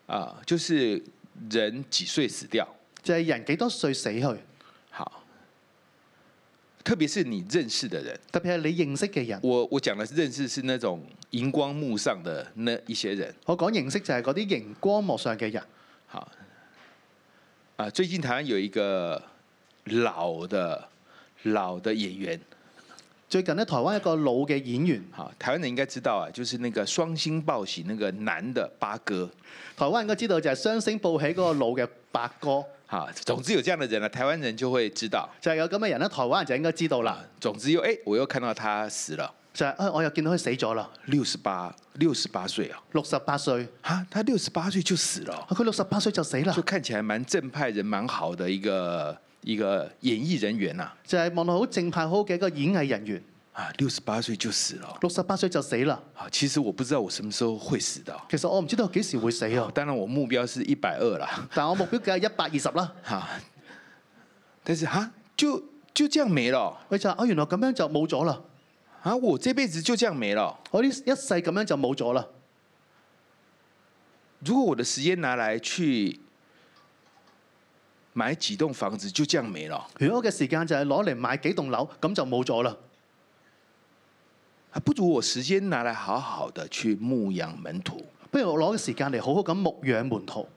嘅，就是人几岁死掉，就係、人幾多歲死去，特好，特别是你认识的人，別係你認識嘅人。我我讲的认识是那种荧光幕上的那一些人，我講認識就係嗰啲熒光幕上嘅人。好，啊、最近台湾有一个老的老的演员，最近咧，台灣一個老嘅演員，好，台湾人应该知道啊，就是那个双星报喜那个男的八哥。台灣應該知道就係雙星報喜嗰個老嘅白哥，好，总之有这样的人啊了、台湾人就会知道。就係、有咁嘅人咧，台灣人就應該知道啦。总之又哎、我又看到他死了，就係、啊，我又見到佢死咗啦，六十八，六十八岁啊，六十八歲，啊啊，他六十八岁就死了哦，佢六十八歲就死啦就，看起来蛮正派人，蛮好的一个一个演艺人员呐、就係望落好正派好嘅一個演藝人員，啊，啊，六十八岁就死了哦。六十八歲就死啦。好，其实我不知道我什么时候会死的哦、其實我唔知道幾時會死啊，当然我目标是一百二啦，但我目標嘅係一百二十 啦。哈，但是哈，就就这样没了哦佢就話：啊，原來咁樣就冇咗啦，啊，我这辈子就这样没了哦。我呢一世咁樣就冇咗啦。如果我的时间拿来去买几栋房子，就这样没了如果我嘅時間就係攞嚟買幾棟樓，咁就冇咗啦。啊，不如我时间拿来好好的去牧养门徒，不如我攞嘅時間嚟好好咁牧養門徒。呢、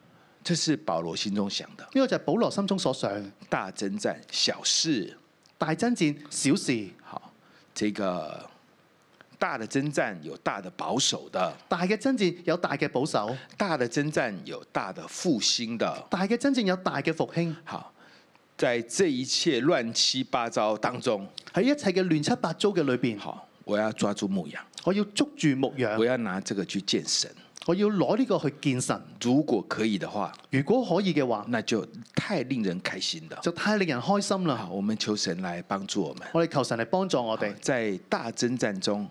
这是保罗心中想的。個就係保羅心中所想嘅。大征战小事，大爭戰小事，好，这个大的征战有大的保守的，大嘅爭戰有大嘅保守，大的征战有大的复兴的。大嘅爭戰有大嘅復興。好，在这一切乱七八糟当中，喺一切嘅亂七八糟嘅裏邊，好，我要抓住牧羊，我要捉住牧我羊，要拿这个去见神。我要攞呢個去見神。如果可以的话，如果可以嘅話，那就太令人开心了。就太令人開心啦好，！我们求神来帮助我们，我哋求神嚟幫助我哋，在大征战中，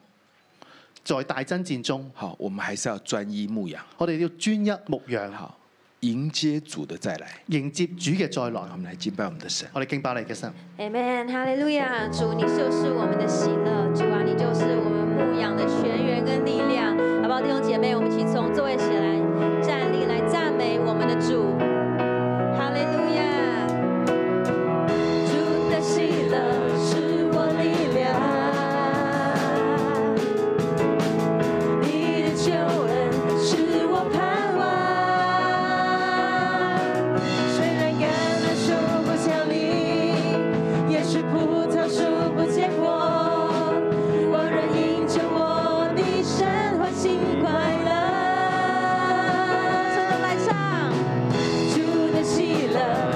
在大爭戰中，好，我們还是要专一牧羊，我哋要專一牧羊，好，迎接主的再来。迎接主嘅再好我來。们来敬拜我们的神。我哋敬拜你嘅神， Amen，哈利路亚！主，你就是我们的喜乐，主啊，你就是我们牧养的泉源跟力量，好不好？弟兄姐妹，我们一起从座位起来，站立来赞美我们的主。哈利路亚！主的喜乐是我力量。你的救恩是我盼望，虽然橄榄树不降临，也许葡萄树不结果，我仍因着我的神欢喜快乐。从头来唱。主的喜乐啊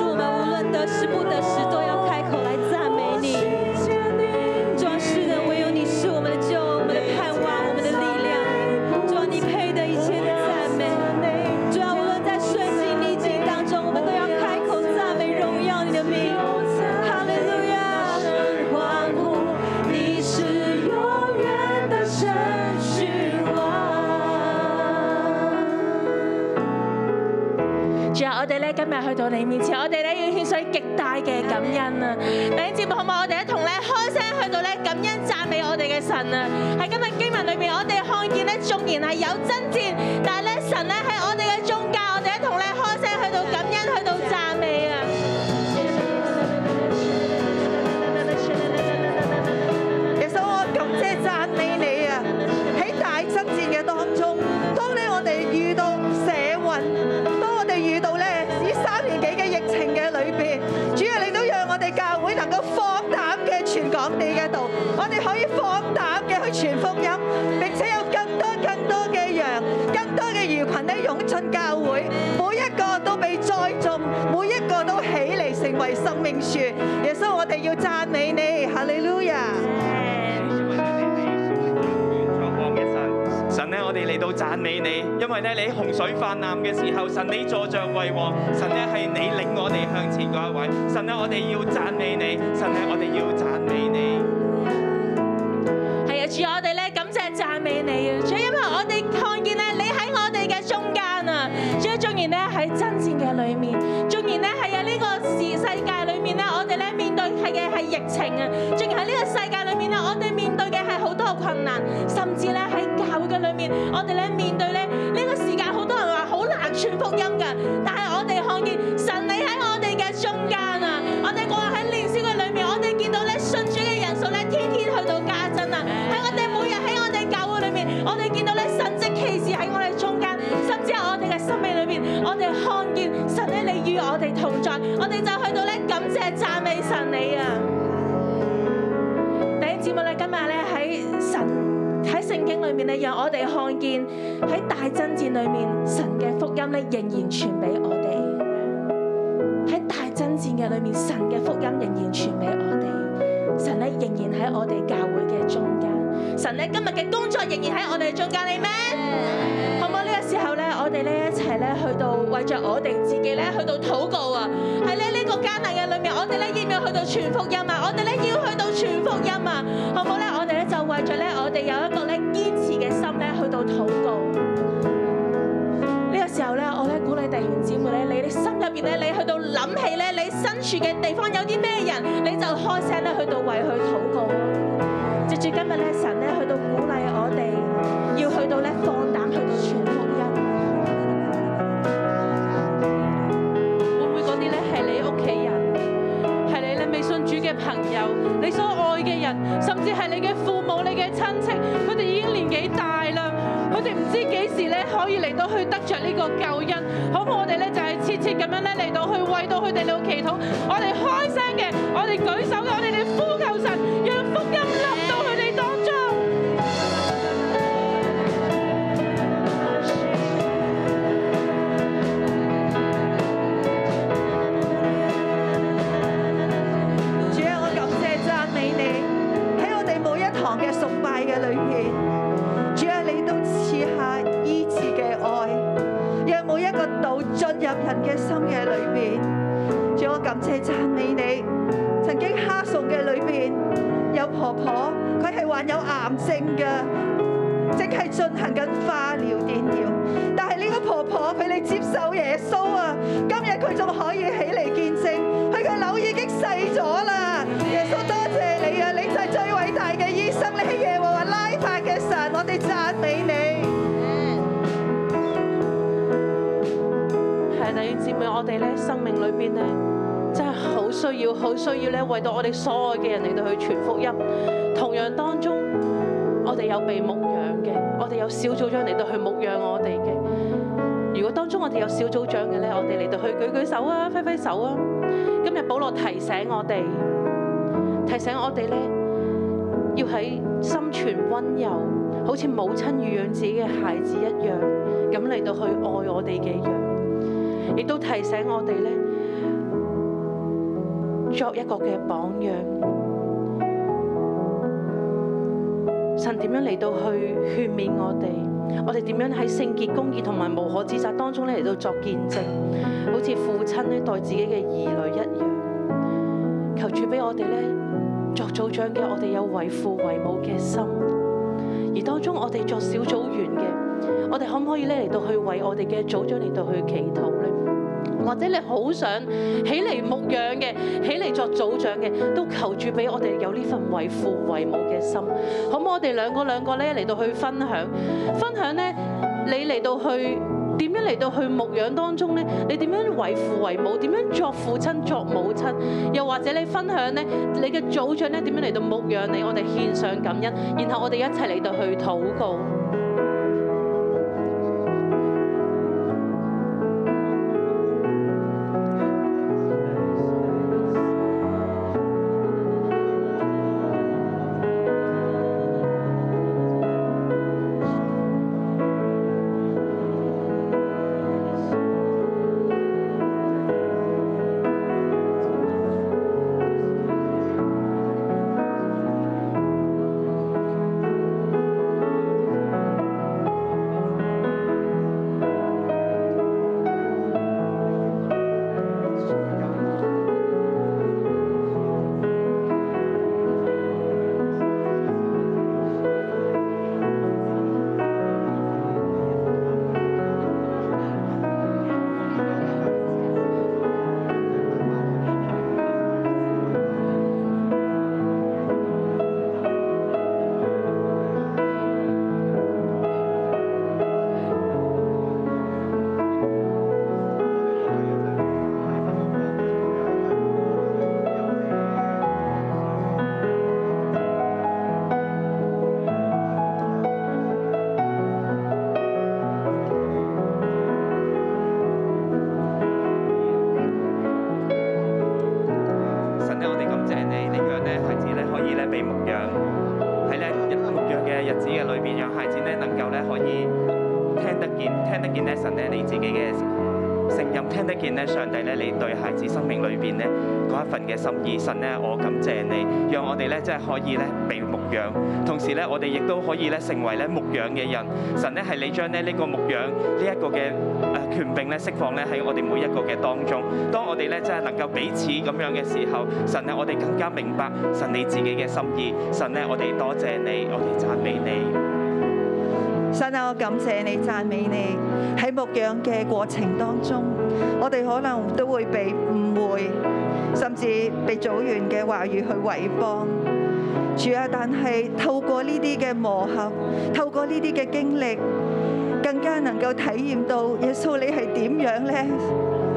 主啊啊啊，我哋咧今日去到你面前，我哋咧要獻上極大嘅感恩啊！弟兄姊妹，好唔好？我哋一同咧開聲去到咧感恩讚美我哋嘅神啊！喺今日經文裏面，我哋看見咧縱然係有爭戰，但係咧神咧喺我哋嘅中間，我哋一同咧開聲去到感恩，去到讚美啊！耶穌，我感謝讚美你啊！喺大爭戰嘅當中，當咧我哋遇到社運，當我哋遇到咧呢三年幾嘅疫情嘅裏邊，主啊，你都讓我哋教會能夠放膽嘅傳講你嘅道，我哋可以放膽嘅去傳福音，並且有更多更多嘅羊，更多嘅魚群咧湧進教會，每一個都被栽種，每一個都起嚟成為生命樹。耶穌，我哋要讚美你，哈利路亞！神咧，啊我哋嚟到讚美你，因為咧你洪水泛濫嘅時候，神你坐着為王，神咧係你領我哋向前嗰一位，神咧啊我哋要讚美你，神咧我哋要讚美你。係啊，主我哋咧感謝讚美你啊！主因為我哋看見咧，你喺我哋嘅中間啊！主縱然咧喺爭戰嘅裏面，縱然咧係啊呢個世世界裏面咧，我哋咧面對係嘅係疫情啊！縱然喺呢個世界裏面咧，我哋面對嘅係好多困難，甚至咧喺教會嘅裏面，我哋咧面對咧呢個時間，好多人話好難傳福音㗎，但係我哋看見神你喺我哋嘅中間啊！我哋過喺年宵嘅裏面，我哋見到咧信主嘅人數咧天天去到加增啊！喺我哋每日喺我哋教會裏面，我哋見到咧神蹟奇事喺我哋中間，甚至喺我哋嘅生命裏面，我哋看見神咧你與我哋同在，我哋就去到咧感謝讚美神你啊！弟兄姊妹咧，今日咧喺神喺聖經裏面咧，讓我哋看見喺大爭戰裏面，神嘅福音咧仍然傳俾我哋。喺大爭戰嘅裏面，神嘅福音仍然傳俾我哋，神咧仍然喺我哋教會嘅中間，神咧今日嘅工作仍然喺我哋中間，你咩？好唔好呢個時候咧，我哋咧一齊咧去到為着我哋自己咧去到禱告啊！喺咧呢個艱難嘅裏面，我哋咧要唔要去到傳福音啊？我哋咧要去到傳福音啊！好唔好咧？我哋咧就為着咧我哋有一個咧堅持嘅心咧去到禱告。呢個時候咧，我咧鼓勵弟兄姊妹咧，你哋心入邊咧，你去到諗起咧，你身處嘅地方有啲咩人，你就開聲咧去到為佢禱告。藉住今日咧，神咧去到鼓勵我哋，要去到咧放膽去到傳福音。會唔會嗰啲咧係你屋企人，係你咧未信主嘅朋友，你所愛嘅人，甚至係你嘅父母、你嘅親戚，佢哋已經年紀大啦，佢哋唔知幾時咧可以嚟到去得着呢個救恩，好唔好？我哋咧就係切切咁樣咧嚟到去為到佢哋嚟到祈禱，我哋開聲嘅，我哋舉手嘅，我哋嚟呼求神，讓福音臨到佢哋當中。主啊，我感謝讚美你喺我哋每一堂嘅崇拜嘅裏面，主啊，你都賜下醫治嘅愛，讓每一個道進入人嘅心嘅裏面。主啊，我感謝讚美你。曾經哈崇嘅裏面有婆婆，佢係患有癌症嘅，正係進行緊化療電療，但係呢個婆婆佢哋接受耶穌啊，今日佢仲可以起嚟見證，佢嘅瘤已經細咗啦。耶穌多謝你啊，你就係最偉大嘅醫生，你係耶和華拉法嘅神，我哋讚美你。係弟兄姊妹，我哋咧生命裏邊咧，真係好需要，好需要咧，為到我哋所愛嘅人嚟到去傳福音。同樣當中，我哋有被牧養嘅，我哋有小組長嚟到去牧養我哋嘅。如果當中我哋有小組長嘅咧，我哋嚟到去舉舉手啊，揮揮手啊。今日保羅提醒我哋，提醒我哋咧，要喺心存温柔，好似母親乳養自己嘅孩子一樣，咁嚟到去愛我哋嘅羊。亦都提醒我哋咧，作一個嘅榜樣。神點樣嚟到去勸勉我哋？我哋點樣喺聖潔、公義同埋無可指責當中咧嚟到作見證？好似父親咧待自己嘅兒女一樣。求主俾我哋咧作組長嘅，我哋有為父為母嘅心；而當中我哋作小組員嘅，我哋可唔可以咧嚟到去為我哋嘅組長嚟到去祈禱咧？或者你好想起嚟牧養嘅，起嚟作組長嘅，都求主俾我哋有呢份為父為母嘅心，好唔好？我哋兩個兩個咧嚟到去分享，分享咧你嚟到去。點樣嚟到去牧養當中咧？你點樣為父為母？點樣作父親作母親？又或者你分享咧，你嘅組長咧點樣嚟到牧養你？我哋獻上感恩，然後我哋一齊嚟到去禱告。神啊咧，我哋感謝你，你啊讓咧孩子咧可以咧被牧養，喺咧一牧養嘅日子嘅裏邊，讓孩子咧能夠咧可以聽得見，聽得見咧神咧你自己嘅聲音，聽得見咧上帝咧你對孩子生命裏邊咧嗰一份嘅心意。神咧，我感謝你，讓我哋咧真係可以咧被牧養，同時咧我哋亦都可以咧成為咧牧養嘅人。神咧係你將咧呢個牧養呢一個嘅誒權柄咧釋放咧喺我哋每一個嘅當中。當我哋咧真係能夠彼此咁樣嘅時候，神咧我哋更加明白神你自己嘅心意。神咧我哋多謝你，我哋讚美你。神啊，我感謝你，讚美你。喺牧養嘅過程當中，我哋可能都會被誤會，甚至被組員嘅話語去毀謗。主啊，但係透過呢啲嘅磨合，透過呢啲嘅經歷，更加能夠體驗到耶穌你係點樣呢？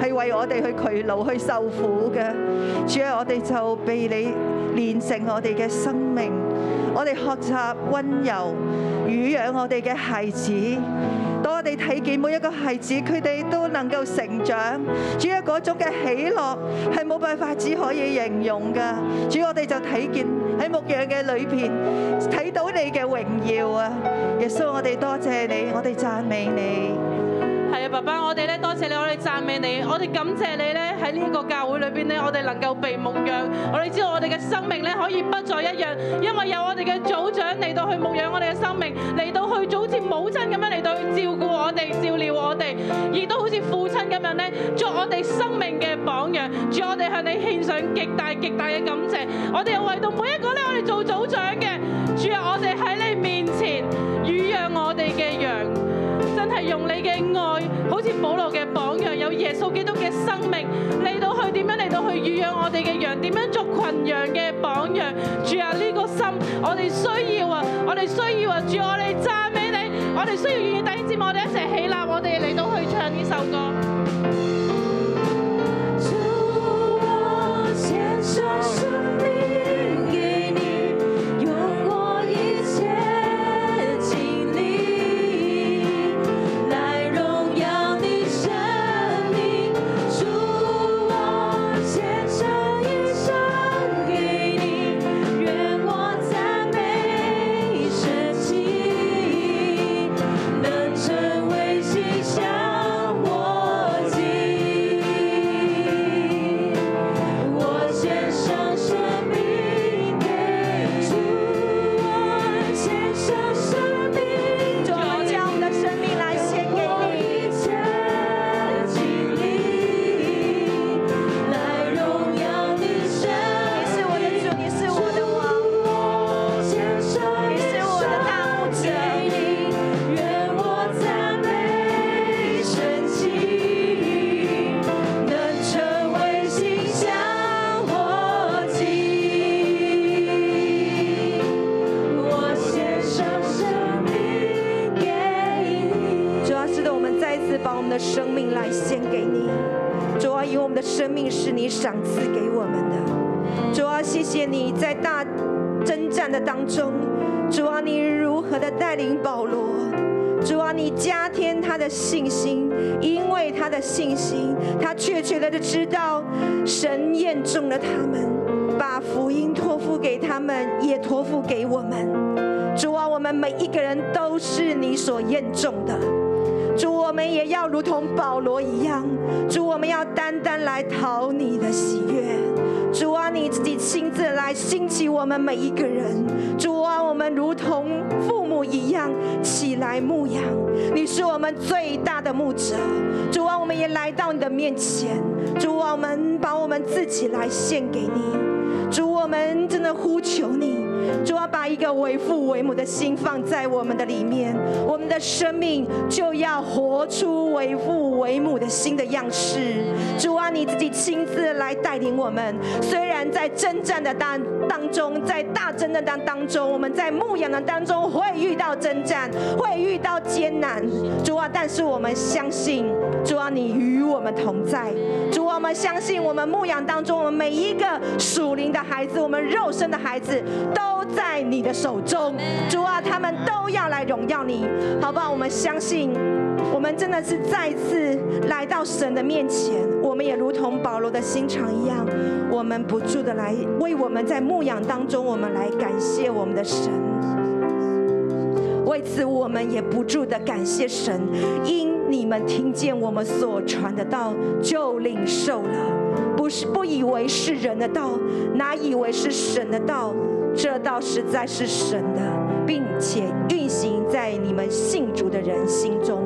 係為我哋去劬勞、去受苦嘅。主啊，我哋就被你練成我哋嘅生命，我哋學習温柔。乳養我哋嘅孩子。當我哋睇見每一個孩子，佢哋都能夠成長，主啊嗰種嘅喜樂係冇辦法只可以形容噶。主，我哋就睇見喺牧養嘅裏邊睇到你嘅榮耀啊！耶穌，我哋多謝你，我哋讚美你。係啊，爸爸，我哋咧多謝你，我哋讚美你，我哋感謝你咧喺呢一個教會裏邊咧，我哋能夠被牧養，我哋知道我哋嘅生命咧可以不再一樣，因為有我哋嘅組長嚟到去牧養我哋嘅生命，嚟到去就好似母親咁樣嚟到去照顧我哋、照料我哋，亦都好似父親咁樣咧作我哋生命嘅榜樣。主，啊我哋向你獻上極大極大嘅感謝，我哋又為到每一個咧我哋做組長嘅，主啊，我哋喺你面前乳養我哋嘅羊。真係用你嘅愛，好似保羅嘅榜樣，有耶穌基督嘅生命嚟到去點樣嚟到去乳養我哋嘅羊，點樣做群羊嘅榜樣。主啊，呢個心我哋需要啊，我哋需要啊，主我哋讚美你，我哋需要願意弟兄姊妹，我哋一齊起立，我哋嚟到去唱呢首歌。主，我献上生命给你，用我一切精力来荣耀你生命。主，我献上一生给你，愿我赞美神迹，能成为馨香火。啊啊的生命是你赏赐给我们的。主啊，谢谢你在大征战的当中，主啊，你如何的带领保罗。主啊，你加添他的信心，因为他的信心，他确确的知道神验证了他们，把福音托付给他们，也托付给我们。主啊，我们每一个人都是你所验证的。主，我们也要如同保罗一样，主，我们要单单来讨你的喜悦。主啊，你自己亲自来兴起我们每一个人。主啊，我们如同父母一样起来牧养，你是我们最大的牧者。主啊，我们也来到你的面前。主啊，我们把我们自己来献给你。主，我们真的呼求你。主啊，把一个为父为母的心放在我们的里面，我们的生命就要活出为父为母的心的样式。主啊，你自己亲自来带领我们。虽然在征战的当当中，在大征战当当中，我们在牧羊的当中会遇到征战，会遇到艰难。主啊，但是我们相信，主啊，你与我们同在。主啊，我们相信，我们牧羊当中，我们每一个属灵的孩子，我们肉身的孩子，都在你的手中。主啊，他们都要来荣耀你，好不好？我们相信，我们真的是再次来到神的面前，我们也如同保罗的心肠一样，我们不住的来为我们在牧养当中，我们来感谢我们的神。为此，我们也不住的感谢神，因你们听见我们所传的道，就领受了，不是不以为是人的道，哪以为是神的道？这道实在是神的，并且运行在你们信主的人心中。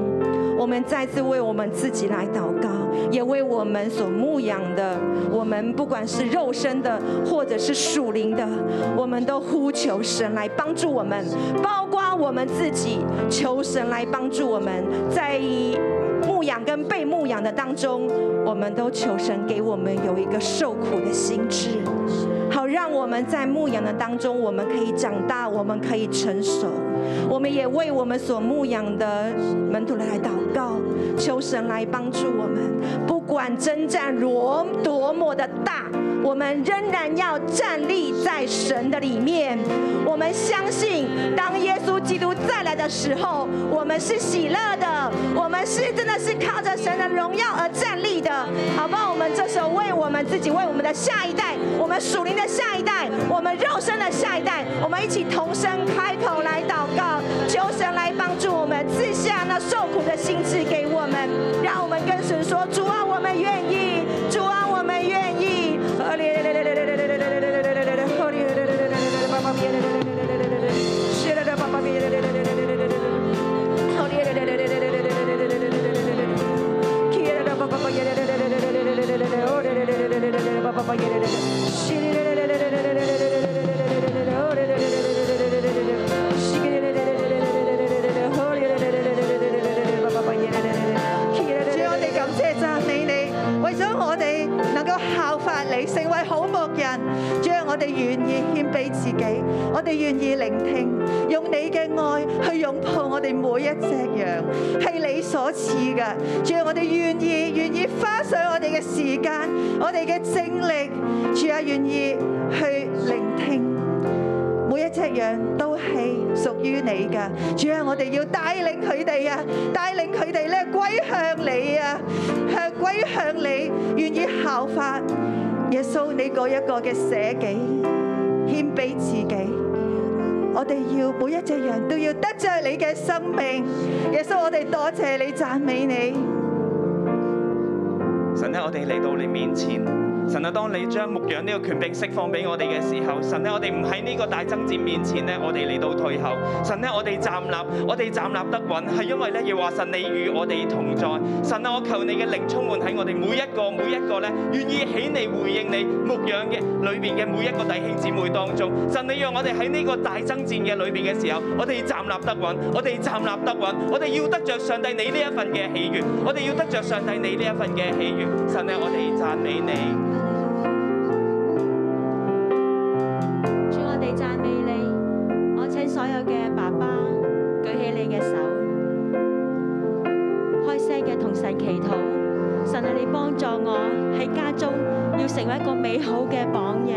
我们再次为我们自己来祷告，也为我们所牧养的，我们不管是肉身的，或者是属灵的，我们都呼求神来帮助我们，包括我们自己，求神来帮助我们，在牧养跟被牧养的当中，我们都求神给我们有一个受苦的心智。好让我们在牧羊的当中，我们可以长大，我们可以成熟。我们也为我们所牧养的门徒来祷告，求神来帮助我们。不管征战多多么的大，我们仍然要站立在神的里面。我们相信，当耶稣基督再来的时候，我们是喜乐的，我们是真的是靠着神的荣耀而站立的，好不好？我们这时候为我们自己，为我们的下一代，我们属灵的下一代，我们肉身的下一代，我们一起同声开口来祷告，求神来帮助我们，赐下那受苦的心智给我们，让我们跟神说：主啊，我们愿意，主啊，我们愿意。主，我哋感謝讚美你，為咗我哋能夠效法你，成為好牧人。主，我哋願意獻俾自己，我哋願意聆聽，用你嘅愛去擁抱我哋每一隻羊，係你所賜嘅。主，我哋願意願意花上我哋嘅時間，我哋嘅精力，主啊，願意去聆聽。每一隻羊都係屬於你嘅，主啊！我哋要帶領佢哋啊，帶領佢哋咧歸向你啊，向歸向你，願意效法耶穌你嗰一個嘅捨己，獻俾自己。我哋要每一隻羊都要得着你嘅生命，耶穌，我哋多謝你，讚美你。神啊咧，我哋嚟到你面前，神啊，當你將牧羊呢個權柄釋放俾我哋嘅時候，神咧，啊我哋唔喺呢個大爭戰面前咧，我哋嚟到退後。神咧，我哋站立，我哋站立得穩，係因為咧，要話神你與我哋同在。神啊，我求你嘅靈充滿喺我哋每一個每一個咧，願意起嚟回應你牧羊嘅裏邊嘅每一個弟兄姊妹當中。神，你讓我哋喺呢個大爭戰嘅裏邊嘅時候，我哋站立得穩，我哋站立得穩，我哋要得着上帝你呢一份嘅喜悅，我哋要得着上帝你呢一份嘅喜悅。神啊，我哋讚美你。主，我哋讚美你。我請所有嘅爸爸舉起你嘅手，開聲嘅同神祈禱。神啊，你幫助我喺家中要成為一個美好嘅榜樣，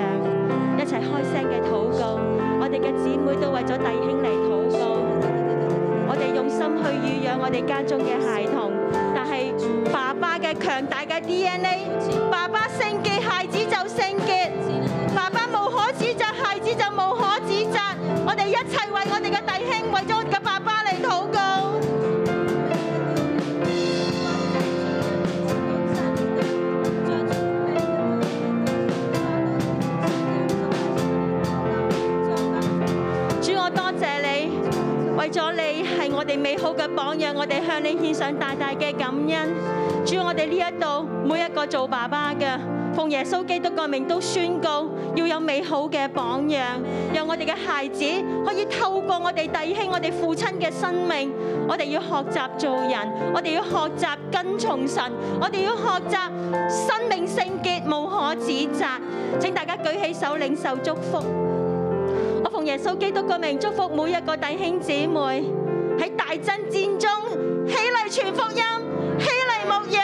一齊開聲嘅禱告，我哋嘅姊妹都為咗弟兄嚟禱告，我哋用心去預養我哋家中嘅孩童，但係爸爸嘅強大嘅 DNA，爸爸聖潔，孩子就聖潔，爸爸無可指責，孩子就無可指責，我哋一齊為我哋嘅弟兄，為咗我哋嘅爸爸嚟禱告。主，我多謝你，為咗你係我哋美好嘅榜樣，我哋向你獻上大大嘅感恩。主，我哋呢一度每一個做爸爸嘅，奉耶穌基督嘅名都宣告，要有美好嘅榜樣，讓我哋嘅孩子可以透過我哋弟兄、我哋父親嘅生命，我哋要學習做人，我哋要學習跟從神，我哋要學習生命聖潔，無可指責。請大家舉起手領受祝福。我奉耶穌基督嘅名祝福每一個弟兄姊妹喺大爭戰中起嚟傳福音，起嚟牧養。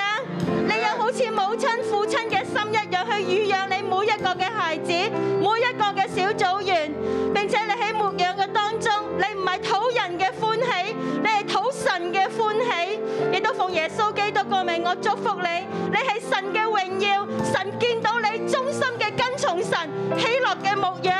你又好似母親、父親嘅心一樣去撫養你每一個嘅孩子，每一個嘅小組員。並且你喺牧養嘅當中，你唔係討人嘅歡喜，你係討神嘅歡喜。亦都奉耶穌基督嘅名，我祝福你，你係神嘅榮耀，神見到你忠心嘅跟從神，喜樂嘅牧養。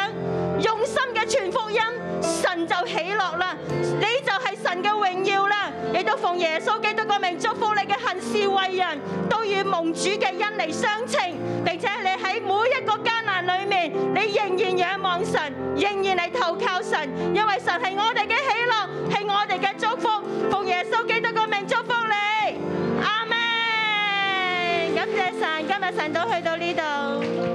用心嘅傳福音，神就喜樂啦，你就係神嘅榮耀啦。亦都奉耶穌基督嘅名祝福你嘅行事為人，都與蒙主嘅恩嚟相稱，並且你喺每一個艱難裏面，你仍然仰望神，仍然嚟投靠神，因為神係我哋嘅喜樂，係我哋嘅祝福。奉耶穌基督嘅名祝福你，阿門。感謝神，今日神都去到呢度。